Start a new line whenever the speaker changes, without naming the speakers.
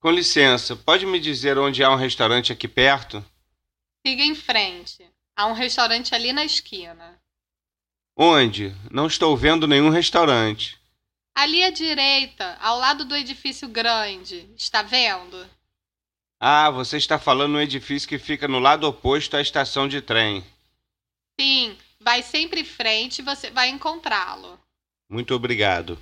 Com licença, pode me dizer onde há um restaurante aqui perto?
Siga em frente. Há um restaurante ali na esquina.
Onde? Não estou vendo nenhum restaurante.
Ali à direita, ao lado do edifício grande. Está vendo?
Ah, você está falando no edifício que fica no lado oposto à estação de trem.
Sim, vai sempre em frente e você vai encontrá-lo.
Muito obrigado.